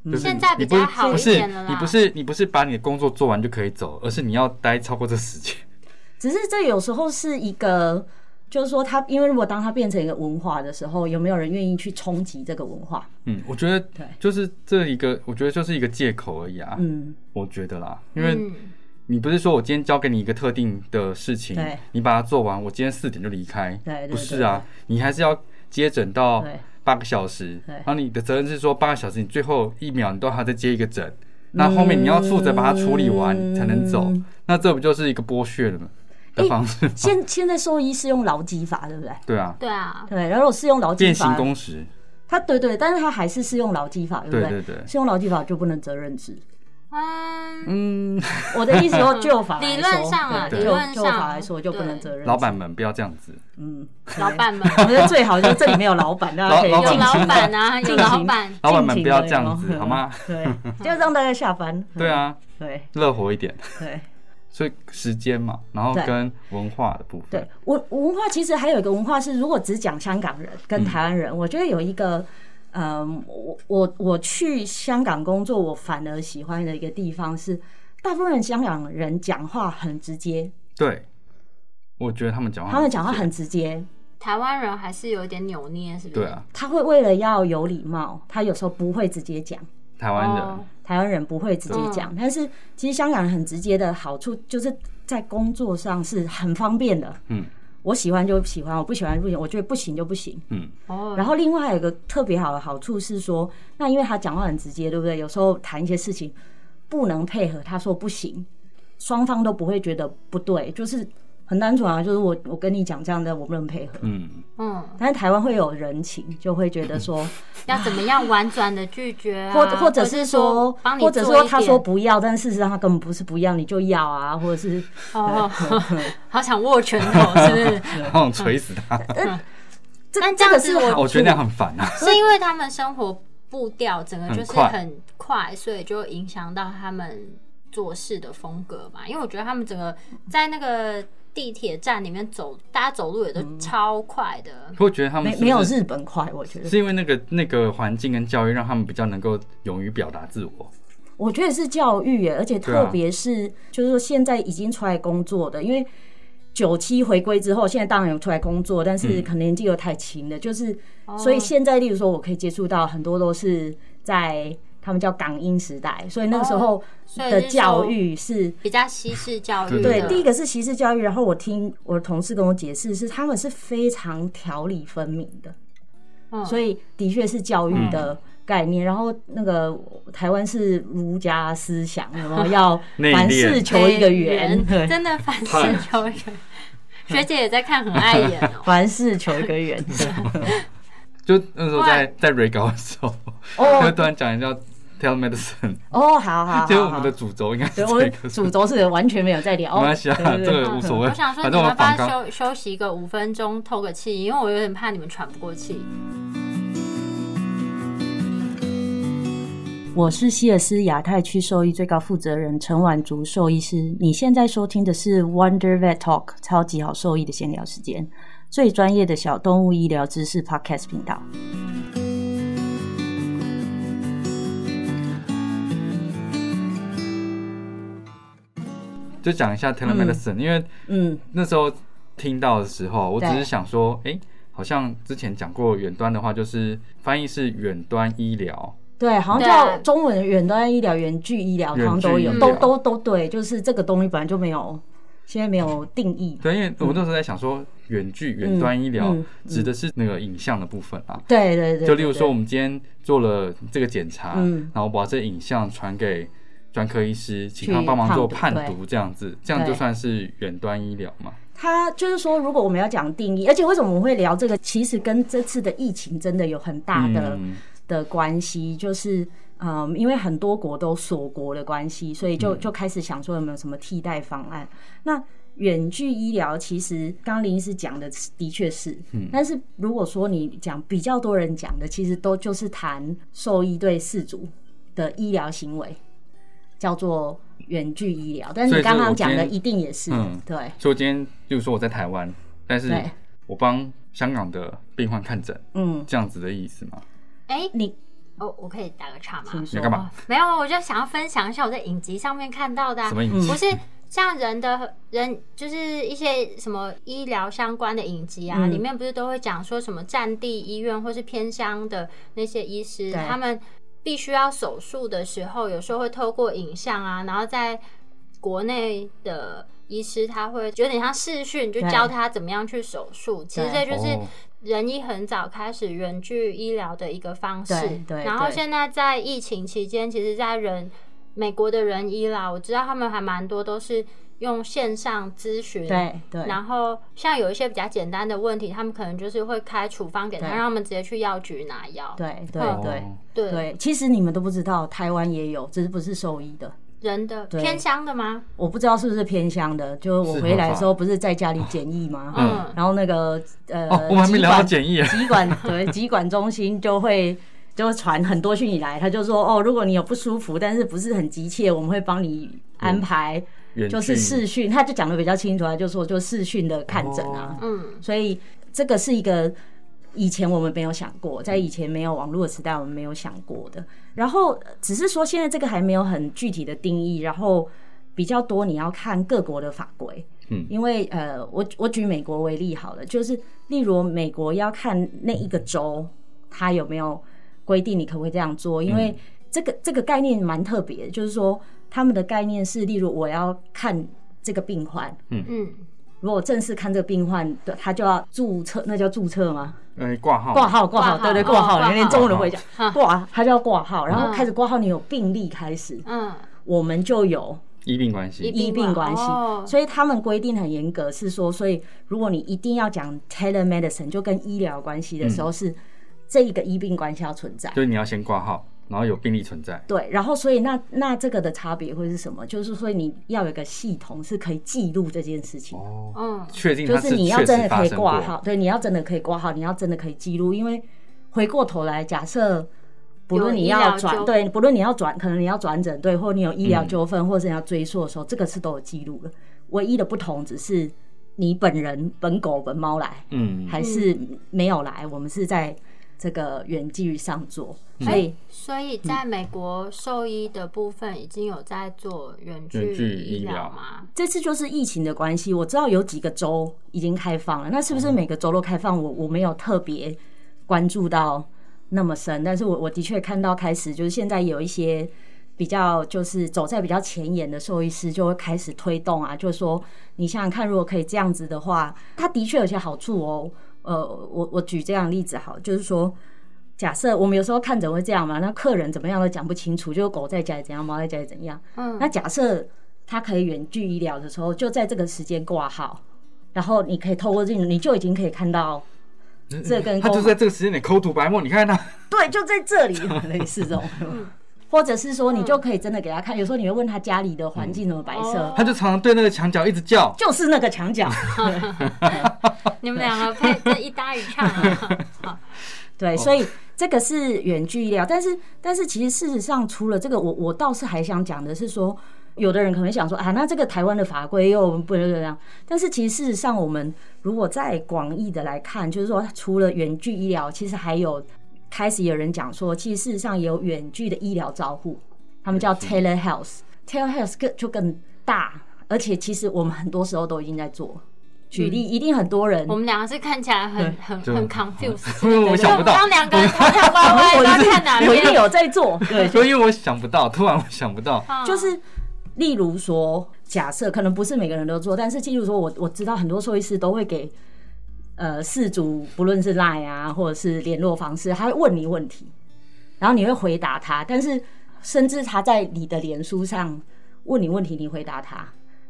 Speaker 3: 嗯
Speaker 2: 就是
Speaker 1: 现在
Speaker 2: 你
Speaker 1: 比
Speaker 2: 不
Speaker 1: 较好
Speaker 2: 不
Speaker 1: 一
Speaker 2: 是
Speaker 1: 点了啦。
Speaker 2: 你不是你不是把你的工作做完就可以走，而是你要待超过这时间。
Speaker 3: 只是这有时候是一个，就是说他，因为如果当他变成一个文化的时候，有没有人愿意去冲击这个文化？
Speaker 2: 嗯，我觉得
Speaker 3: 对
Speaker 2: 就是这一个，我觉得就是一个借口而已啊。
Speaker 3: 嗯，
Speaker 2: 我觉得啦，因为
Speaker 1: 嗯
Speaker 2: 你不是说我今天交给你一个特定的事情
Speaker 3: 对，
Speaker 2: 你把它做完，我今天四点就离开，
Speaker 3: 对对
Speaker 2: 不是啊，你还是要接诊到
Speaker 3: 对
Speaker 2: 八个小时，
Speaker 3: 对
Speaker 2: 然后你的责任是说八个小时，你最后一秒你都还在接一个诊，
Speaker 3: 嗯
Speaker 2: 那后面你要负责把它处理完才能走，那这不就是一个剥削的吗的方式吗？
Speaker 3: 嗯现现在兽医是用劳基法，对不对？
Speaker 2: 对啊，
Speaker 1: 对啊，
Speaker 3: 对，然后是用劳基
Speaker 2: 变形
Speaker 3: 法，
Speaker 2: 工时，
Speaker 3: 他对对，但是他还是适用劳基法，对不
Speaker 2: 对
Speaker 3: 对？
Speaker 2: 对对，
Speaker 3: 适用劳基法就不能责任制。
Speaker 1: 嗯，
Speaker 3: 嗯，我的意思说，就法来说
Speaker 1: 理论上啊
Speaker 3: 对
Speaker 2: 理
Speaker 1: 论
Speaker 3: 就就
Speaker 1: 上
Speaker 3: 法来说就不能
Speaker 1: 对
Speaker 3: 责任。
Speaker 2: 老板，们不要这样子，
Speaker 3: 嗯，
Speaker 1: 老板们
Speaker 3: 我觉得最好就是这里面有 老板，大家可以
Speaker 2: 老
Speaker 1: 有
Speaker 2: 板
Speaker 3: 尽情
Speaker 1: 老板啊，有
Speaker 3: 进行
Speaker 1: 老板，
Speaker 2: 老板们不要这样
Speaker 3: 尽情
Speaker 2: 子
Speaker 3: 的有
Speaker 2: 好吗？
Speaker 3: 对，就让大家下班。
Speaker 2: 对啊，
Speaker 3: 对
Speaker 2: 乐活一点。
Speaker 3: 对
Speaker 2: 所以时间嘛，然后
Speaker 3: 对
Speaker 2: 跟文化的部分，
Speaker 3: 对，文文化其实还有一个文化是，如果只讲香港人
Speaker 2: 嗯
Speaker 3: 跟台湾人，我觉得有一个。嗯，我我我去香港工作，我反而喜欢的一个地方是，大部分香港人讲话很直接，
Speaker 2: 对，我觉得他们讲话，
Speaker 3: 他们讲话很，直接，
Speaker 1: 台湾人还是有点扭捏，是不是？
Speaker 2: 对，啊，
Speaker 3: 他会为了要有礼貌，他有时候不会直接讲。
Speaker 2: 台湾
Speaker 1: 哦
Speaker 2: 人，
Speaker 3: 台湾人不会直接讲，
Speaker 2: 嗯
Speaker 3: 但是其实香港人很直接的好处就是在工作上是很方便的。
Speaker 2: 嗯
Speaker 3: 我喜欢就喜欢，我不喜欢就不行，我觉得不行就不行。
Speaker 2: 嗯，
Speaker 1: 哦，
Speaker 3: 然后另外还有一个特别好的好处是说，那因为他讲话很直接，对不对？有时候谈一些事情不能配合，他说不行，双方都不会觉得不对，就是很单纯啊，就是我我跟你讲这样的，我不能配合。
Speaker 2: 嗯，
Speaker 1: 嗯，
Speaker 3: 但是台湾会有人情，就会觉得说。
Speaker 1: 要怎么样婉转的拒绝啊，
Speaker 3: 或
Speaker 1: 或
Speaker 3: 或者是说，
Speaker 1: 帮你
Speaker 3: 或者
Speaker 1: 做一
Speaker 3: 说他
Speaker 1: 点
Speaker 3: 说不要，但事实上他根本不是不要，你就要啊，或者是
Speaker 1: 哦，好想握拳 头，是不是？
Speaker 2: 然后捶死他，
Speaker 3: 这
Speaker 1: 但这
Speaker 3: 这
Speaker 1: 样
Speaker 3: 个
Speaker 1: 子
Speaker 3: 是
Speaker 1: 我
Speaker 3: 好
Speaker 2: 我觉得那样很烦啊，
Speaker 1: 是因为他们生活步调整个就是
Speaker 2: 很快
Speaker 1: 很快，所以就影响到他们做事的风格嘛。因为我觉得他们整个在那个地铁站里面走，大家走路也都超快的。
Speaker 2: 我觉得他们
Speaker 3: 没
Speaker 2: 是不
Speaker 3: 没有
Speaker 2: 是
Speaker 3: 日本快，我觉得
Speaker 2: 是因为那个那个环境跟教育让他们比较能够勇于表达自我，
Speaker 3: 我觉得是教育耶，而且
Speaker 2: 对啊
Speaker 3: 特别是就是说现在已经出来工作的，因为九七回归之后，现在当然有出来工作，但是
Speaker 2: 嗯
Speaker 3: 可能年纪又太轻了，就是
Speaker 1: 哦
Speaker 3: 所以现在，例如说，我可以接触到很多都是在他们叫港英时代，所以那个时候
Speaker 1: 哦所以
Speaker 3: 的
Speaker 1: 是
Speaker 3: 教
Speaker 1: 说
Speaker 3: 育是
Speaker 1: 比较西式教育的，
Speaker 3: 对，
Speaker 2: 对
Speaker 3: 第一个是歧视教育，然后我听我的同事跟我解释，是他们是非常条理分明的，
Speaker 1: 嗯
Speaker 3: 所以的确是教育的概念。然后那个台湾是儒家思想，有没有要
Speaker 2: 内
Speaker 3: 凡事
Speaker 2: 敛
Speaker 3: 求一个圆？ 对，。
Speaker 1: 真的凡事求圆。学姐也在看，很碍眼哦
Speaker 3: 凡事求一个圆。
Speaker 2: 就那时候在
Speaker 1: 哇
Speaker 2: 在 re 稿的时候，我会
Speaker 3: 哦
Speaker 2: 突然讲一下 telemedicine，
Speaker 3: 哦，好好好
Speaker 2: 其实我们
Speaker 3: 好
Speaker 2: 的。主轴应该是
Speaker 3: 对，
Speaker 2: 这
Speaker 3: 我
Speaker 2: 个
Speaker 3: 们，主轴是完全没有在聊，哦
Speaker 2: 没关系啊，
Speaker 3: 对对
Speaker 2: 这
Speaker 3: 对
Speaker 2: 个无所谓，
Speaker 1: 嗯我想说，
Speaker 2: 反
Speaker 1: 你
Speaker 2: 正我
Speaker 1: 们
Speaker 2: 们
Speaker 1: 帮
Speaker 2: 反
Speaker 1: 他
Speaker 2: 刚
Speaker 1: 休休息个五分钟，透个气，因为我有点怕你们喘不过气。
Speaker 3: 我是希尔斯亚太区兽医最高负责人陈婉竹兽医师。你现在收听的是 Wonder Vet Talk 超级好兽医的闲聊时间，最专业的小动物医疗知识 Podcast 频道。
Speaker 2: 就讲一下 telemedicine，因为
Speaker 3: 嗯，
Speaker 2: 那时候听到的时候，我只
Speaker 3: 对
Speaker 2: 是想说，诶，好像之前讲过远端的话，就是翻译是远端医疗，
Speaker 3: 对，好像
Speaker 1: 对
Speaker 3: 叫中文远端医疗、远距医疗，好像都有
Speaker 2: 远，距医
Speaker 3: 都
Speaker 2: 疗
Speaker 3: 都都对，就是这个东西本来就没有，现在没有定 义。
Speaker 2: 对，因为我那时候在想说，远距远端医疗
Speaker 3: 嗯嗯
Speaker 2: 指的是那个影像的部分啊。
Speaker 3: 对对对，
Speaker 2: 就例如说，我
Speaker 3: 们
Speaker 2: 们今天做了这个检查，
Speaker 3: 嗯
Speaker 2: 然后把这影像传给专科医师，请
Speaker 3: 去
Speaker 2: 他帮忙做
Speaker 3: 判
Speaker 2: 判
Speaker 3: 读
Speaker 2: 读，这样子，这样
Speaker 3: 对
Speaker 2: 就算是远端医疗嘛。
Speaker 3: 他就是说，如果我们要讲定义，而且为什么我们会聊这个，其实跟这次的疫情真的有很大的。
Speaker 2: 嗯，
Speaker 3: 的关系，就是嗯，因为很多国都锁国的关系，所以
Speaker 2: 嗯
Speaker 3: 就就开始想说有没有什么替代方案。那远距医疗其实刚刚林医师讲的的确是，
Speaker 2: 嗯
Speaker 3: 但是如果说你讲比较多人讲的，其实都就是谈兽医对事主的医疗行为，叫做远距医疗。但是
Speaker 2: 所以
Speaker 3: 你刚
Speaker 2: 这个
Speaker 3: 刚
Speaker 2: 我
Speaker 3: 讲的
Speaker 2: 今天
Speaker 3: 一定也是、
Speaker 2: 嗯
Speaker 3: 对
Speaker 2: 所以我今天，例如说我在台湾，但是
Speaker 3: 对，
Speaker 2: 我帮香港的病患看诊，
Speaker 3: 嗯，
Speaker 2: 这样子的意思嘛。
Speaker 1: 哎，
Speaker 3: 你
Speaker 1: 哦，我可以打个岔吗？哦
Speaker 3: 请
Speaker 2: 你
Speaker 3: 说
Speaker 2: 干嘛？
Speaker 1: 没有，我就想要分享一下我在影集上面看到的、啊
Speaker 2: 什，么影响？
Speaker 1: 不是像人的人，就是一些什么医疗相关的影集啊，
Speaker 3: 嗯
Speaker 1: 里面不是都会讲说什么战地医院或是偏乡的那些医师，
Speaker 3: 对
Speaker 1: 他们必须要手术的时候，有时候会透过影像啊，然后在国内的。医师他会有点像视讯，就
Speaker 3: 对
Speaker 1: 教他怎么样去手术。其实这
Speaker 3: 对
Speaker 1: 就是
Speaker 2: 哦
Speaker 1: 人医很早开始远距医疗的一个方式。
Speaker 3: 对对
Speaker 1: 然后
Speaker 3: 对
Speaker 1: 现在在疫情期间，其实，在人美国的人医啦，我知道他们还蛮多都是。用线上咨询，
Speaker 3: 对对
Speaker 1: 然后像有一些比较简单的问题，他们可能就是会开处方给他，
Speaker 3: 对
Speaker 1: 让他们直接去药局拿药。
Speaker 3: 对
Speaker 1: 嗯
Speaker 3: 对对
Speaker 2: 哦
Speaker 1: 对，
Speaker 3: 对，其实你们都不知道，台湾也有，只是不是兽医的。
Speaker 1: 人的
Speaker 3: 对
Speaker 1: 偏乡的吗？
Speaker 3: 我不知道是不是偏乡的，就我
Speaker 2: 是
Speaker 3: 回来
Speaker 2: 合
Speaker 3: 的
Speaker 2: 法
Speaker 3: 时候不是在家里检疫吗？
Speaker 1: 嗯
Speaker 3: 然后那个呃，
Speaker 2: 哦，我们还没
Speaker 3: 疾
Speaker 2: 聊到
Speaker 3: 管
Speaker 2: 检疫啊，
Speaker 3: 疾管对疾管中心就会就会传很多讯息来，他就说哦，如果你有不舒服，但是不是很急切，我们会帮你安排，
Speaker 2: 远
Speaker 3: 就是
Speaker 2: 距
Speaker 3: 视讯，他就讲的比较清楚，他就说就视讯的看诊啊，
Speaker 1: 嗯，
Speaker 3: 所以这个是一个以前我们没有想过，在以前没有网络的时代，我们没有想过的。然后呃只是说现在这个还没有很具体的定义，然后比较多你要看各国的法规。
Speaker 2: 嗯
Speaker 3: 因为呃，我我举美国为例好了，就是例如美国要看那一个州它有没有规定你可不可以这样做，因为这个这个概念蛮特别的，就是说他们的概念是，例如我要看这个病患，
Speaker 1: 嗯，
Speaker 3: 如果正式看这个病患，对他就要注册，那叫注册吗？
Speaker 2: 呃挂号
Speaker 3: 挂号，挂号，
Speaker 1: 哦挂号
Speaker 3: 对对，
Speaker 1: 哦
Speaker 3: 挂号，
Speaker 1: 挂号
Speaker 3: 连中文都不会讲
Speaker 1: 嗯，
Speaker 3: 挂，他就要挂号，然
Speaker 1: 嗯
Speaker 3: 后开始挂号，你有病历开始，
Speaker 1: 嗯，
Speaker 3: 我们就有
Speaker 2: 医病关系
Speaker 1: 医，
Speaker 3: 医病关系
Speaker 1: 哦，
Speaker 3: 所以他们规定很严格，是说，所以如果你一定要讲 telemedicine，就跟医疗关系的
Speaker 1: 嗯
Speaker 3: 时候，是这一个医病关系要存在。
Speaker 2: 就是你要先挂号，然后有病例存在，
Speaker 3: 对，然后所以那那这个的差别会是什么？就是说你要有一个系统是可以记录这件事情的。
Speaker 2: 哦，
Speaker 1: 嗯，
Speaker 2: 确定
Speaker 3: 就
Speaker 2: 它
Speaker 3: 是你要
Speaker 2: 确
Speaker 3: 真的
Speaker 2: 实
Speaker 3: 可
Speaker 2: 发
Speaker 3: 以
Speaker 2: 生过
Speaker 3: 挂，号，对，你要真的可以挂号，你要真的可以记录，因为回过头来，假设不论你
Speaker 1: 有医疗
Speaker 3: 要
Speaker 1: 纠
Speaker 3: 转，对，不论你要转，可能你要转诊，对，或你有医
Speaker 2: 嗯
Speaker 3: 疗纠纷，或是你要追溯的时候，这个是都有记录的。唯一的不同只是你本人本狗本猫来，
Speaker 2: 嗯，
Speaker 3: 还是没有来，我们是在这个远距上做，
Speaker 2: 嗯
Speaker 3: 所以
Speaker 1: 所以在美国兽医的部分已经有在做远距
Speaker 2: 远距
Speaker 1: 医
Speaker 2: 医疗
Speaker 1: 吗？
Speaker 3: 这次就是疫情的关系，我知道有几个州已经开放了，那是不
Speaker 2: 嗯
Speaker 3: 是每个州都开放？我我没有特别关注到那么深，但是我我的确看到开始就是现在有一些比较就是走在比较前沿的兽医师就会开始推动啊，就是说你想想看，如果可以这样子的话，它的确有些好处哦。呃，我我举这样的例子好，就是说。假设我们有时候看诊会这样嘛，那客人怎么样都讲不清楚，就是狗在家里怎样，猫在家里怎样。
Speaker 1: 嗯
Speaker 3: 那假设他可以远距医疗的时候，就在这个时间挂号，然后你可以透过这，你就已经可以看到这跟
Speaker 2: 嗯他
Speaker 3: 沟哦
Speaker 2: 就在这个时间点抠图白沫，你看他
Speaker 3: 对，就在这里，类似这种。或者是说，你就可以真的给他看。有时候你会问他家里的环境怎么摆设
Speaker 1: 哦，
Speaker 2: 他就常常对那个墙角一直叫，
Speaker 3: 就是那个墙角。
Speaker 1: 你们两个配这一搭一唱 啊，好
Speaker 3: 对，所以这个是远距医疗，但是但是其实事实上，除了这个，我我倒是还想讲的是说，有的人可能会想说啊，那这个台湾的法规又不能这样，但是其实事实上，我们如果再广义的来看，就是说，除了远距医疗，其实还有开始有人讲说，其实事实上也有远距的医疗照护，他们叫 telehealth，telehealth 更就更大，而且其实我们很多时候都已经在做。举例，一定很多人
Speaker 1: 我们两个是看起来很很
Speaker 2: 就
Speaker 1: 很 confused，
Speaker 2: 因为 我想不到
Speaker 1: 我们刚两个人头头歪歪，不知道看哪
Speaker 3: 我一定
Speaker 1: 边。
Speaker 3: 有在做，对，
Speaker 2: 所以因为我想不到，突然我想不到，
Speaker 1: 嗯
Speaker 3: 就是例如说，假设可能不是每个人都做，但是例如说我我知道很多兽医师都会给呃事主，不论是 Line 啊，或者是联络方式，他会问你问题，然后你会回答他，但是甚至他在你的脸书上问你问题，你回答他，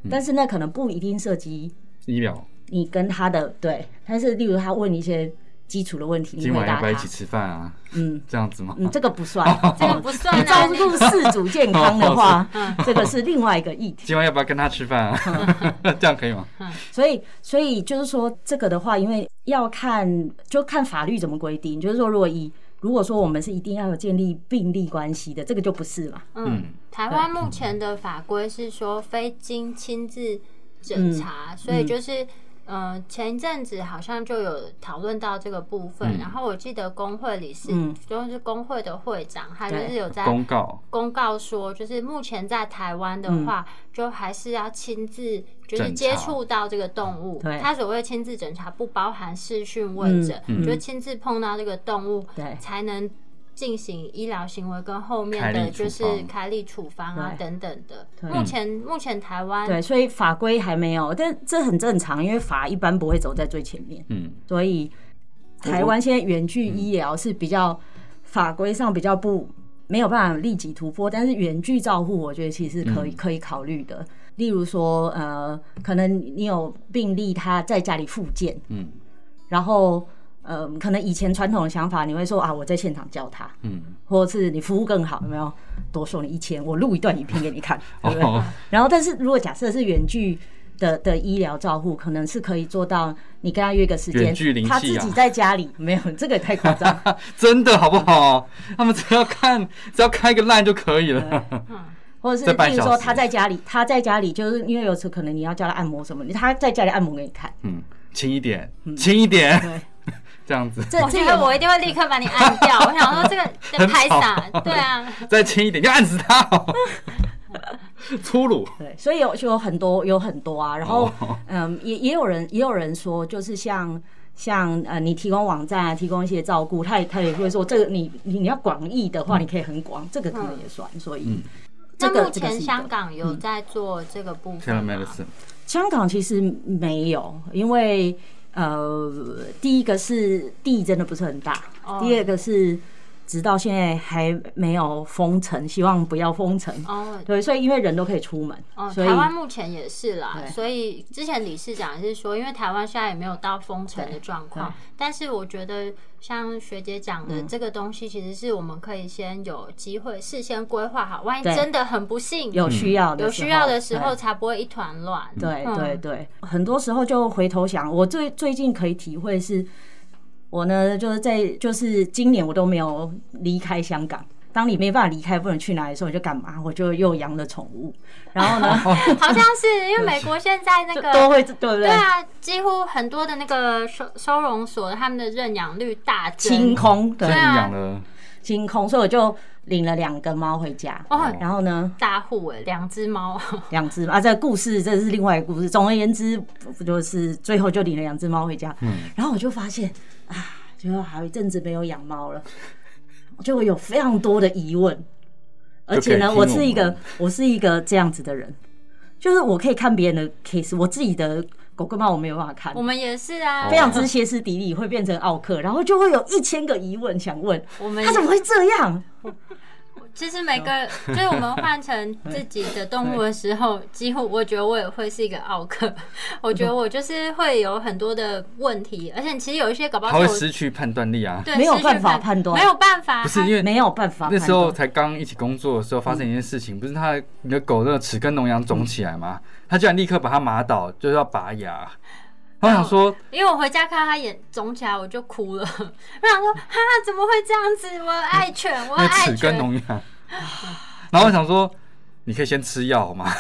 Speaker 2: 嗯
Speaker 3: 但是那可能不一定涉及
Speaker 2: 医疗
Speaker 3: 你跟他的对，但是例如他问你一些基础的问题，你
Speaker 2: 今
Speaker 3: 回
Speaker 2: 晚要
Speaker 3: 答
Speaker 2: 不要一
Speaker 3: 他
Speaker 2: 起，吃饭啊？
Speaker 3: 嗯。
Speaker 2: 这样子吗？
Speaker 3: 嗯，这个 不算，
Speaker 1: 这个不算啊
Speaker 3: 你照
Speaker 2: 嗯
Speaker 3: 顾事主健康的 话，
Speaker 2: 哦
Speaker 3: 这个是另外一个议题。
Speaker 2: 今晚要不要跟他吃饭啊？
Speaker 3: 嗯
Speaker 2: 这样可以吗？
Speaker 3: 所以，所以就是说，这个的话，因为要看就看法律怎么规定。就是说，如果以如果说我们是一定要有建立病例关系的，这个就不是嘛。
Speaker 1: 嗯，台湾目前的法规是说非经亲自诊查，所以就是。嗯，前一阵子好像就有讨论到这个部
Speaker 2: 嗯
Speaker 1: 分，然后我记得工会理事、
Speaker 3: 嗯
Speaker 1: 就是工会的会长，他就
Speaker 3: 对
Speaker 1: 是有在
Speaker 2: 公告
Speaker 1: 公告说，就是目前在台湾
Speaker 3: 嗯
Speaker 1: 的话，就还是要亲自就是
Speaker 2: 诊
Speaker 1: 接
Speaker 2: 查
Speaker 1: 触到这个动物。
Speaker 3: 对嗯
Speaker 1: 他所谓亲自诊查，不包含视讯问诊，就是亲自碰到这个动物，
Speaker 3: 对
Speaker 1: 才能进行医疗行为跟后面
Speaker 2: 开立
Speaker 1: 的就
Speaker 2: 处方
Speaker 1: 是开立处方啊
Speaker 3: 对
Speaker 1: 等等的。
Speaker 3: 对
Speaker 1: 目前目前台湾
Speaker 3: 对，所以法规还没有，但这很正常，因为法一般不会走在最前面。
Speaker 2: 嗯，
Speaker 3: 所以台湾现在远距医疗是比较法规上比较不没有办法立即突破，但是远距照护我觉得其实可以、可以考虑的。例如说，呃，可能你有病例，他在家里复健，
Speaker 2: 嗯
Speaker 3: 然后，呃，可能以前传统的想法，你会说啊，我在现场教他，
Speaker 2: 嗯，
Speaker 3: 或者是你服务更好，有没有？多收你一千，我录一段影片给你看，对不对？
Speaker 2: 哦，
Speaker 3: 然后，但是如果假设是远距的的医疗照护，可能是可以做到，你跟他约个时间，
Speaker 2: 远距离
Speaker 3: 他
Speaker 2: 戏
Speaker 3: 自
Speaker 2: 啊
Speaker 3: 己在家里，没有这个也太夸 张。
Speaker 2: 真的好不好？他们只要看，只要开个 line 就可以了。
Speaker 3: 或者
Speaker 2: 再
Speaker 3: 是
Speaker 2: 半
Speaker 3: 比如
Speaker 2: 小
Speaker 3: 说
Speaker 2: 时
Speaker 3: 他在家里，他在家里就是因为有时候可能你要叫他按摩什么，他在家里按摩给你看，
Speaker 2: 嗯，轻一点，轻一点，
Speaker 3: 嗯对，
Speaker 2: 这样子，
Speaker 3: 这
Speaker 1: 我
Speaker 3: 这
Speaker 1: 觉得
Speaker 3: 个
Speaker 1: 我一定会立刻把你按掉。我想说这 个在拍傻
Speaker 2: 很，吵
Speaker 1: 对啊，
Speaker 2: 再轻一点，要按死他哦。 粗鲁，
Speaker 3: 对，所以有就有很多有很多啊，然后、
Speaker 2: 哦
Speaker 3: 嗯，也也有人也有人说，就是像像呃，你提供网站啊，提供一些照顾，他也他也会说，这个你你你要广义的话，你可以很广，这个可能也算，所以。 这
Speaker 1: 那
Speaker 3: 个
Speaker 1: 目
Speaker 3: 这个嗯是
Speaker 1: 前
Speaker 3: 一个
Speaker 1: 香港有在做这个部分吗？
Speaker 2: telemedicine，
Speaker 3: 香港其实没有，因为呃，第一个是地真的不是很大，
Speaker 1: 哦
Speaker 3: 第二个是直到现在还没有封城，希望不要封城。
Speaker 1: 哦
Speaker 3: 对，所以因为人都可以出门，
Speaker 1: 哦，
Speaker 3: 所以
Speaker 1: 台湾目前也是啦，
Speaker 3: 对
Speaker 1: 所以之前理事长也是说，因为台湾现在也没有到封城的状况，但是我觉得像学姐讲
Speaker 3: 嗯
Speaker 1: 的这个东西，其实是我们可以先有机会事先规划好，万一
Speaker 3: 对
Speaker 1: 真的很不幸
Speaker 3: 有需要的
Speaker 1: 有
Speaker 3: 时
Speaker 1: 需
Speaker 3: 候
Speaker 1: 要的时候，
Speaker 3: 对
Speaker 1: 才不会一团乱。
Speaker 3: 对
Speaker 1: 嗯
Speaker 3: 对对，很多时候就回头想，我最最近可以体会是，我呢就是在就是今年我都没有离开香港。当你没办法离开，不能去哪里的时候，你就干嘛？我就又养了宠物，然后 呢，
Speaker 1: 好像是因为美国现在那
Speaker 3: 就
Speaker 1: 个
Speaker 3: 都会对不对
Speaker 1: 对？啊，几乎很多的那个收收容所，他们的认养率大
Speaker 3: 清
Speaker 1: 增。
Speaker 3: 空，
Speaker 2: 所
Speaker 3: 对
Speaker 2: 以你
Speaker 1: 对，啊
Speaker 2: 养了
Speaker 3: 清空，所以我就领了两个猫回家。
Speaker 1: 哦
Speaker 3: 然后呢，
Speaker 1: 大户哎，两只猫，
Speaker 3: 两只啊，这个故事这是另外一个故事。总而言之，不就是最后就领了两只猫回家。
Speaker 2: 嗯
Speaker 3: 然后我就发现啊，就还有一阵子没有养猫了，就有非常多的疑问。而且呢，
Speaker 2: 就可
Speaker 3: 我
Speaker 2: 以听我们
Speaker 3: 是一个我是一个这样子的人，就是我可以看别人的 case，我自己的狗跟猫我没有办法看
Speaker 1: 我。们也是啊，
Speaker 3: 非常之歇斯底里，会变成奥克，然后就会有一千个疑问想问，
Speaker 1: 我们
Speaker 3: 他怎么会这样？
Speaker 1: 其实每个，就是我们换成自己的动物的时候，几乎我觉得我也会是一个奥克。 我觉得我就是会有很多的问题，而且其实有一些搞不
Speaker 2: 他
Speaker 1: 好
Speaker 2: 会
Speaker 1: 是我
Speaker 2: 失去判断力啊。
Speaker 1: 对
Speaker 3: 没有
Speaker 1: 失去
Speaker 3: 办法判断
Speaker 1: 没有办法，
Speaker 2: 不是因为
Speaker 3: 啊没有办法判
Speaker 2: 那
Speaker 3: 断。
Speaker 2: 时候才刚一起工作的时候，发生一件事情，不是他你的狗那个齿根脓疡肿起来吗？他居然立刻把它麻倒，就是要拔牙。他想说，
Speaker 1: 因为我回家看到他眼肿起来，我就哭了。 我想说，哈，怎么会这样子？我爱 犬，我
Speaker 2: 那
Speaker 1: 爱
Speaker 2: 齿根
Speaker 1: 犬，
Speaker 2: 脓疡，然后我想说，你可以先吃药好吗？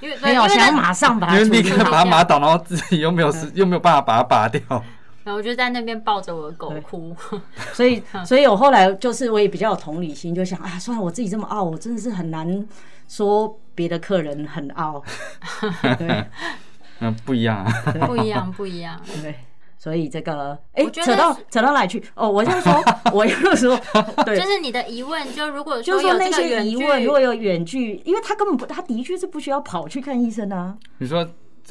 Speaker 1: 因为
Speaker 3: 没有
Speaker 1: 因为那
Speaker 3: 想要马上把
Speaker 2: 因
Speaker 3: 它
Speaker 2: 为
Speaker 3: 处
Speaker 2: 立
Speaker 3: 理
Speaker 2: 刻
Speaker 3: 好
Speaker 2: 把它麻倒，然后自己又没有
Speaker 3: 嗯
Speaker 2: 时又没有办法把它拔掉。
Speaker 1: 然后我就在那边抱着我的狗 哭。
Speaker 3: 所以，
Speaker 1: 嗯
Speaker 3: 所以我后来就是我也比较有同理心，就想啊，虽然我自己这么傲，我真的是很难说别的客人很傲， 对
Speaker 2: 嗯，不一样啊。
Speaker 1: 不一样，不一样。
Speaker 3: 对。所以这个，哎、
Speaker 1: 我觉得
Speaker 3: 扯到扯到哪里去？哦，我就 说，我就说， 对，
Speaker 1: 就是你的疑问，就如果
Speaker 3: 就是
Speaker 1: 有
Speaker 3: 说那
Speaker 1: 这个
Speaker 3: 些
Speaker 1: 远
Speaker 3: 疑
Speaker 1: 距
Speaker 3: 问，如果有远距，因为他根本不，他的确是不需要跑去看医生啊，
Speaker 2: 你说，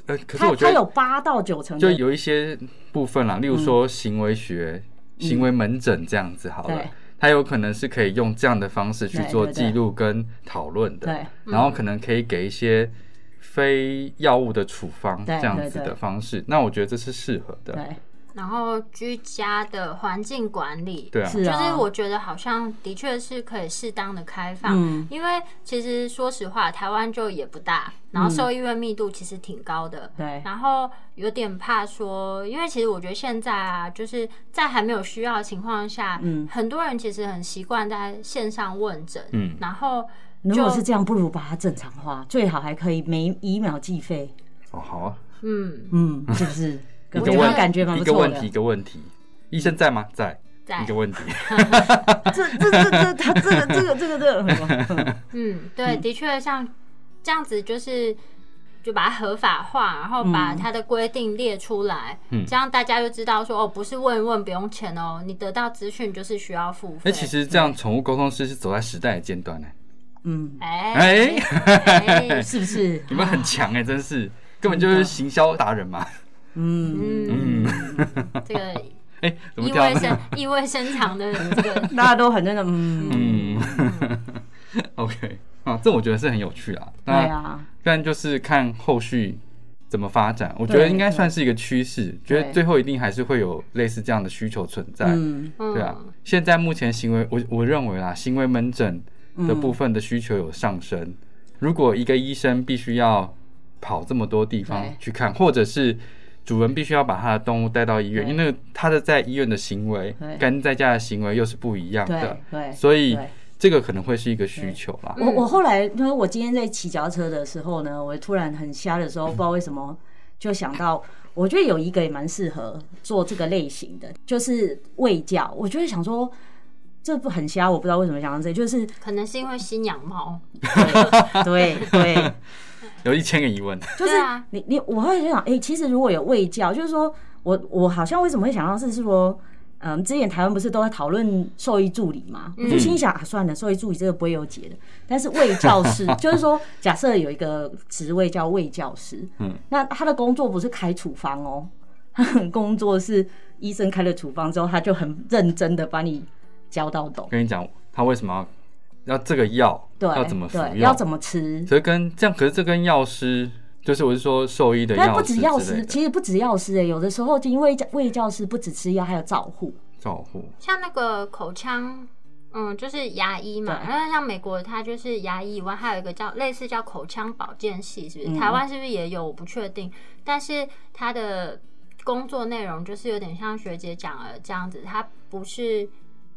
Speaker 2: 呃，可是
Speaker 3: 他
Speaker 2: 我觉
Speaker 3: 他
Speaker 2: 得
Speaker 3: 有嗯八到九成
Speaker 2: 就
Speaker 3: 的，
Speaker 2: 有一些部分啦，例如说行为学、行为门诊这样子好了
Speaker 3: 嗯对，
Speaker 2: 它有可能是可以用这样的方式去
Speaker 3: 对
Speaker 2: 做
Speaker 3: 对
Speaker 2: 记录跟讨论的
Speaker 3: 对，
Speaker 2: 然后可能可以给一些非药物的处方
Speaker 3: 对
Speaker 2: 这样子
Speaker 3: 对对
Speaker 2: 的方式，那我觉得这是适合的，
Speaker 3: 对，
Speaker 1: 然后居家的环境管理，
Speaker 2: 对啊，
Speaker 3: 是啊，
Speaker 1: 就是我觉得好像的确是可以适当的开放，
Speaker 3: 嗯
Speaker 1: 因为其实说实话，台湾就也不大，然后兽医院密度其实挺高的，
Speaker 3: 嗯对
Speaker 1: 然后有点怕说，因为其实我觉得现在啊，就是在还没有需要的情况下，
Speaker 3: 嗯
Speaker 1: 很多人其实很习惯在线上问诊，
Speaker 2: 嗯
Speaker 1: 然后
Speaker 3: 如
Speaker 1: 就
Speaker 3: 果是这样，不如把它正常化，最好还可以每一秒计费，
Speaker 2: 哦，好啊，
Speaker 1: 嗯，
Speaker 3: 嗯，是不是？
Speaker 2: 一
Speaker 3: 我
Speaker 2: 个
Speaker 3: 觉得
Speaker 2: 问
Speaker 3: 感觉蛮
Speaker 2: 一
Speaker 3: 不
Speaker 2: 个
Speaker 3: 错
Speaker 2: 问题一
Speaker 3: 的。
Speaker 2: 个问题，医生在吗？在，
Speaker 1: 在
Speaker 2: 一个问题，
Speaker 3: 这这这这他这个这个这个这个，
Speaker 1: 嗯，对，的确像这样子，就是就把它合法化，然后把它的规定列出来，
Speaker 2: 嗯
Speaker 1: 这样大家就知道说，哦，不是问一问不用钱哦，你得到资讯就是需要付费。
Speaker 2: 哎，其实这样宠物沟通师是走在时代的尖端欸呢，
Speaker 3: 嗯，
Speaker 1: 哎，哎
Speaker 3: 是不是？
Speaker 2: 你们很强哎，
Speaker 3: 啊
Speaker 2: 真是，根本就是行销达人嘛，
Speaker 3: 嗯，
Speaker 1: 嗯，
Speaker 2: 嗯，
Speaker 1: 这个
Speaker 2: 哎，怎么
Speaker 1: 意
Speaker 2: 跳
Speaker 1: 味
Speaker 2: 到那
Speaker 1: 深意味深长的这个，
Speaker 3: 大家都很认真的，嗯，
Speaker 2: 嗯，OK 啊，这我觉得是很有趣啊。
Speaker 3: 对
Speaker 2: 那
Speaker 3: 啊，
Speaker 2: 但就是看后续怎么发展。我觉得
Speaker 3: 对
Speaker 2: 应该算是一个趋势，觉得
Speaker 3: 对
Speaker 2: 最后一定还是会有类似这样的需求存在。
Speaker 3: 嗯，
Speaker 1: 嗯
Speaker 2: 对啊，现在目前行为，我我认为啦，行为门诊
Speaker 3: 嗯
Speaker 2: 的部分的需求有上升。如果一个医生必须要跑这么多地方
Speaker 3: 对
Speaker 2: 去看，或者是主人必须要把他的动物带到医院，
Speaker 3: 对
Speaker 2: 因为那个他的在医院的行为
Speaker 3: 对
Speaker 2: 跟在家的行为又是不一样的
Speaker 3: 对，对。
Speaker 2: 啊所以
Speaker 3: 对
Speaker 2: 这个可能会是一个需求啦。
Speaker 3: 我我后来，因为我今天在骑脚踏车的时候呢，我突然很瞎的时候，不知道为什么就想到，我觉得有一个也蛮适合做这个类型的，就是喂教。我就会想说，这不很瞎，我不知道为什么想到这，就是
Speaker 1: 可能是因为新养猫，
Speaker 3: 对对，
Speaker 2: 有一千个疑问，
Speaker 3: 就是
Speaker 1: 对啊
Speaker 3: 你你我会想，哎、其实如果有卫教，就是说我我好像为什么会想到是是说，嗯，之前台湾不是都在讨论兽医助理嘛？
Speaker 2: 嗯
Speaker 3: 我就心想，啊，算了，兽医助理这个不会有解的。但是卫教 师就是说，假设有一个职位叫卫教师，
Speaker 2: 嗯
Speaker 3: 嗯，那他的工作不是开处方哦， 他的工作是医生开了处方之后，他就很认真的把你教到懂，
Speaker 2: 跟你讲他为什么要要这个药
Speaker 3: 对，
Speaker 2: 要怎么服
Speaker 3: 对，
Speaker 2: 用，
Speaker 3: 要怎么吃，
Speaker 2: 可是跟这样，可是这跟药师，就是我是说兽医的
Speaker 3: 那
Speaker 2: 药
Speaker 3: 不
Speaker 2: 师
Speaker 3: 止
Speaker 2: 之
Speaker 3: 药
Speaker 2: 类
Speaker 3: 师，
Speaker 2: 的
Speaker 3: 其实不止药师哎、有的时候就因为卫教师不止吃药，还有照护。
Speaker 2: 照护，
Speaker 1: 像那个口腔，嗯，就是牙医嘛。
Speaker 3: 对
Speaker 1: 然后像美国，它就是牙医以外，还有一个叫类似叫口腔保健系，是不是？
Speaker 3: 嗯
Speaker 1: 台湾是不是也有？我不确定。但是它的工作内容就是有点像学姐讲的这样子，它不是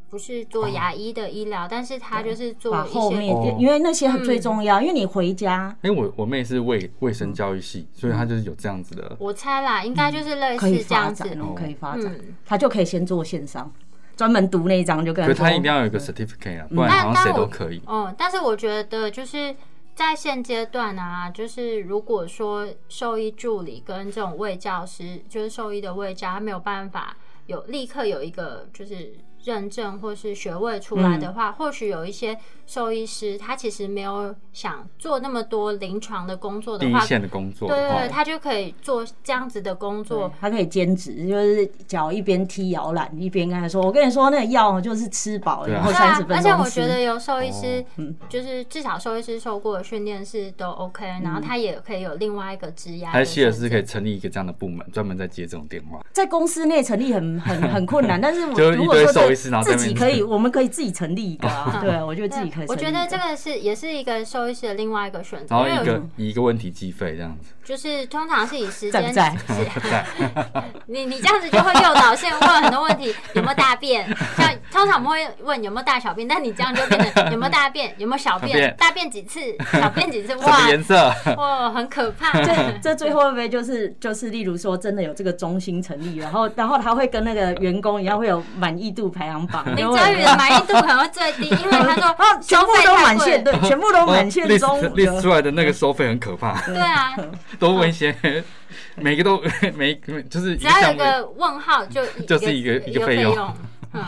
Speaker 1: 不是做牙医的医疗，但是它就是做
Speaker 3: 哦把
Speaker 1: 一
Speaker 3: 后面
Speaker 1: 些。
Speaker 2: 哦，
Speaker 3: 因为那些很
Speaker 1: 嗯
Speaker 3: 最重要，因为你回家
Speaker 2: 因为我我妹是卫卫生教育系，所以她就是有这样子的。
Speaker 1: 我猜啦，应该就是类
Speaker 3: 可以
Speaker 1: 似这
Speaker 3: 发
Speaker 1: 样子
Speaker 3: 展，哦，可以发展
Speaker 1: 嗯，
Speaker 3: 他就可以先做线上，专门读那一章就跟
Speaker 2: 可是
Speaker 3: 人
Speaker 2: 她
Speaker 3: 说
Speaker 2: 一定要有一个 certificate 啊，不然
Speaker 1: 但
Speaker 2: 好像
Speaker 1: 但
Speaker 2: 谁
Speaker 1: 我
Speaker 2: 都可以。
Speaker 1: 嗯，但是我觉得就是在现阶段啊，就是如果说兽医助理跟这种卫教师，就是兽医的卫教，他没有办法有立刻有一个就是认证或是学位出来
Speaker 2: 嗯
Speaker 1: 的话，或许有一些兽医师他其实没有想做那么多临床的工作
Speaker 2: 第
Speaker 1: 的
Speaker 2: 一
Speaker 1: 话，
Speaker 2: 线的工作，
Speaker 1: 对对对，
Speaker 2: 哦
Speaker 1: 他就可以做这样子的工作
Speaker 3: 对。他可以兼职，就是脚一边踢摇篮一边跟他说：“我跟你说，那个药哦就是吃饱，
Speaker 2: 对啊
Speaker 3: 然后
Speaker 1: 对
Speaker 3: 三十
Speaker 1: 啊，
Speaker 3: 分
Speaker 1: 而且
Speaker 3: 钟
Speaker 1: 我
Speaker 3: 吃
Speaker 1: 觉。得有兽医师
Speaker 2: 哦，
Speaker 1: 就是至少兽医师受过的训练是都 OK，然后他也可以有另外一个职业。
Speaker 2: 还是希尔斯可以成立一个这样的部门，专门在接这种电话。”
Speaker 3: 在公司内成立很很很困 难，但是
Speaker 2: 就
Speaker 3: 我
Speaker 2: 一
Speaker 3: 如果
Speaker 2: 堆
Speaker 3: 说
Speaker 2: 兽医
Speaker 3: 对
Speaker 2: 师然后在
Speaker 3: 自
Speaker 2: 那
Speaker 3: 己
Speaker 2: 边
Speaker 3: 可以，我们可以自己成立一 个啊。对，我觉得自己可以成立一。
Speaker 1: 我觉得这个是也是一个兽医师的另外一个选择，
Speaker 2: 然后
Speaker 1: 因
Speaker 2: 一
Speaker 1: 为有
Speaker 2: 个以一个问题计费这样子，
Speaker 1: 就是通常是以时
Speaker 3: 在
Speaker 1: 间
Speaker 3: 不在？
Speaker 1: 你你这样子就会诱导性问很多问题，有没有大便？像通常我们会问有没有大小便，但你这样就变成有没有大便，有没有小
Speaker 2: 小
Speaker 1: 便，
Speaker 2: 便
Speaker 1: 大便几次，小便几次，
Speaker 2: 什么
Speaker 1: 哇
Speaker 2: 颜色？
Speaker 1: 哇，很可怕。
Speaker 3: 这这最后会不会就是就是，例如说，真的有这个中心成立，然后然后他会跟那个员工一样，会有满意度排行榜。
Speaker 1: 林
Speaker 3: 然后
Speaker 1: 哲宇的满意度可能会最低，因为他
Speaker 3: 啊
Speaker 1: 说
Speaker 3: 全部
Speaker 1: 收费
Speaker 3: 都
Speaker 1: 太
Speaker 3: 满
Speaker 1: 贵
Speaker 3: 线，
Speaker 1: 了
Speaker 3: 对，全部都满线中
Speaker 2: 哦 list list 出来的那个收费很可怕，
Speaker 1: 对啊，
Speaker 3: 嗯
Speaker 2: 都问一些，每个都 每就是一
Speaker 1: 只要有
Speaker 2: 项
Speaker 1: 一
Speaker 2: 目，
Speaker 1: 个问号就一
Speaker 2: 就是一个
Speaker 1: 有
Speaker 2: 一
Speaker 1: 有
Speaker 2: 个
Speaker 1: 费
Speaker 2: 费用
Speaker 1: 用。 嗯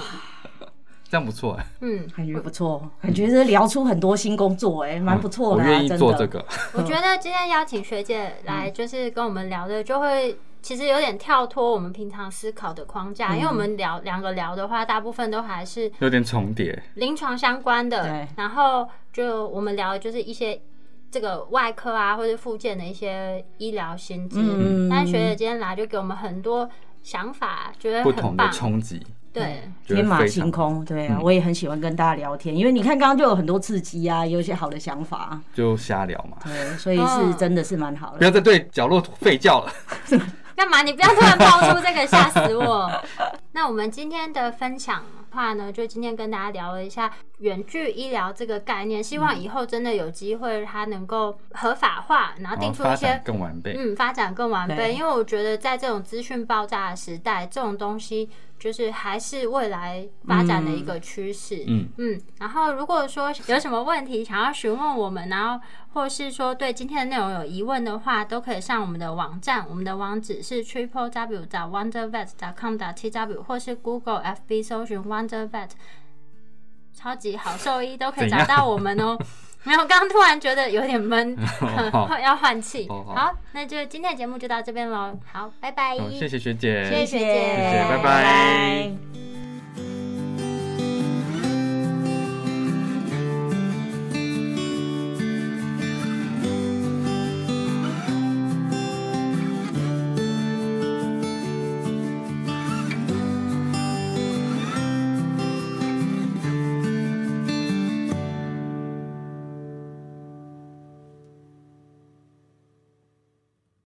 Speaker 2: 这样不错哎，
Speaker 1: 嗯，
Speaker 3: 感觉不错，感觉是聊出很多新工作，哎，蛮不错
Speaker 2: 嗯我
Speaker 3: 的啊，
Speaker 2: 愿意
Speaker 3: 真
Speaker 2: 做这
Speaker 3: 的。
Speaker 2: 个。
Speaker 1: 我觉得今天邀请学姐
Speaker 3: 嗯
Speaker 1: 来，就是跟我们聊的，就会其实有点跳脱我们平常思考的框架，
Speaker 3: 嗯
Speaker 1: 因为我们聊两个聊的话，大部分都还是
Speaker 2: 有点重叠，
Speaker 1: 临床相关的
Speaker 3: 对，
Speaker 1: 然后就我们聊的就是一些这个外科啊或者附件的一些医疗薪资。
Speaker 3: 嗯
Speaker 1: 但是学姐今天来就给我们很多想法，觉得
Speaker 2: 不
Speaker 1: 很
Speaker 2: 同的
Speaker 1: 棒。
Speaker 2: 冲击，
Speaker 1: 对，
Speaker 2: 觉得
Speaker 3: 天马
Speaker 2: 非
Speaker 3: 行
Speaker 2: 常嗯
Speaker 3: 空，对啊，我也很喜欢跟大家聊天，因为你看刚刚就有很多刺激啊，有一些好的想法，
Speaker 2: 就瞎聊嘛，
Speaker 3: 对，所以是
Speaker 1: 嗯
Speaker 3: 真的是蛮好
Speaker 2: 不
Speaker 3: 的。
Speaker 2: 要再对角落吠叫了。
Speaker 1: 干嘛？你不要突然爆出这个，吓死 我！那我们今天的分享的话呢，就今天跟大家聊了一下远距医疗这个概念，希
Speaker 2: 嗯
Speaker 1: 望以后真的有机会它能够合法化，然后
Speaker 2: 然
Speaker 1: 定
Speaker 2: 后
Speaker 1: 出
Speaker 2: 哦发
Speaker 1: 一些
Speaker 2: 展更完备。
Speaker 1: 嗯，发展更完备。
Speaker 3: 对
Speaker 1: 因为我觉得在这种资讯爆炸的时代，这种东西就是还是未来发展的一个趋势。
Speaker 2: 嗯
Speaker 1: 然后如果说有什么问题想要询问我们，然后或是说对今天的内容有疑问的话，都可以上我们的网站，我们的网址是 triple w wonder vet com t w 或是 Google F B 搜寻 wonder vet。超级好兽医都可以
Speaker 2: 怎
Speaker 1: 找
Speaker 2: 样
Speaker 1: 到我们哦。没有，刚刚突然觉得有点闷，
Speaker 2: 哦
Speaker 1: 要换气。
Speaker 2: 哦好
Speaker 1: 好，那就今
Speaker 2: 嗯
Speaker 1: 天的节目就到这边喽。好，拜拜。
Speaker 2: 好，谢谢学姐，
Speaker 1: 谢谢学姐
Speaker 2: 拜拜